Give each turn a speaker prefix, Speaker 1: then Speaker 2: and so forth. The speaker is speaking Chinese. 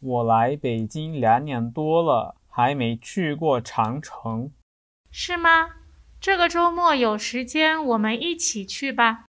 Speaker 1: 我来北京两年多了，还没去过长城。
Speaker 2: 是吗？这个周末有时间，我们一起去吧。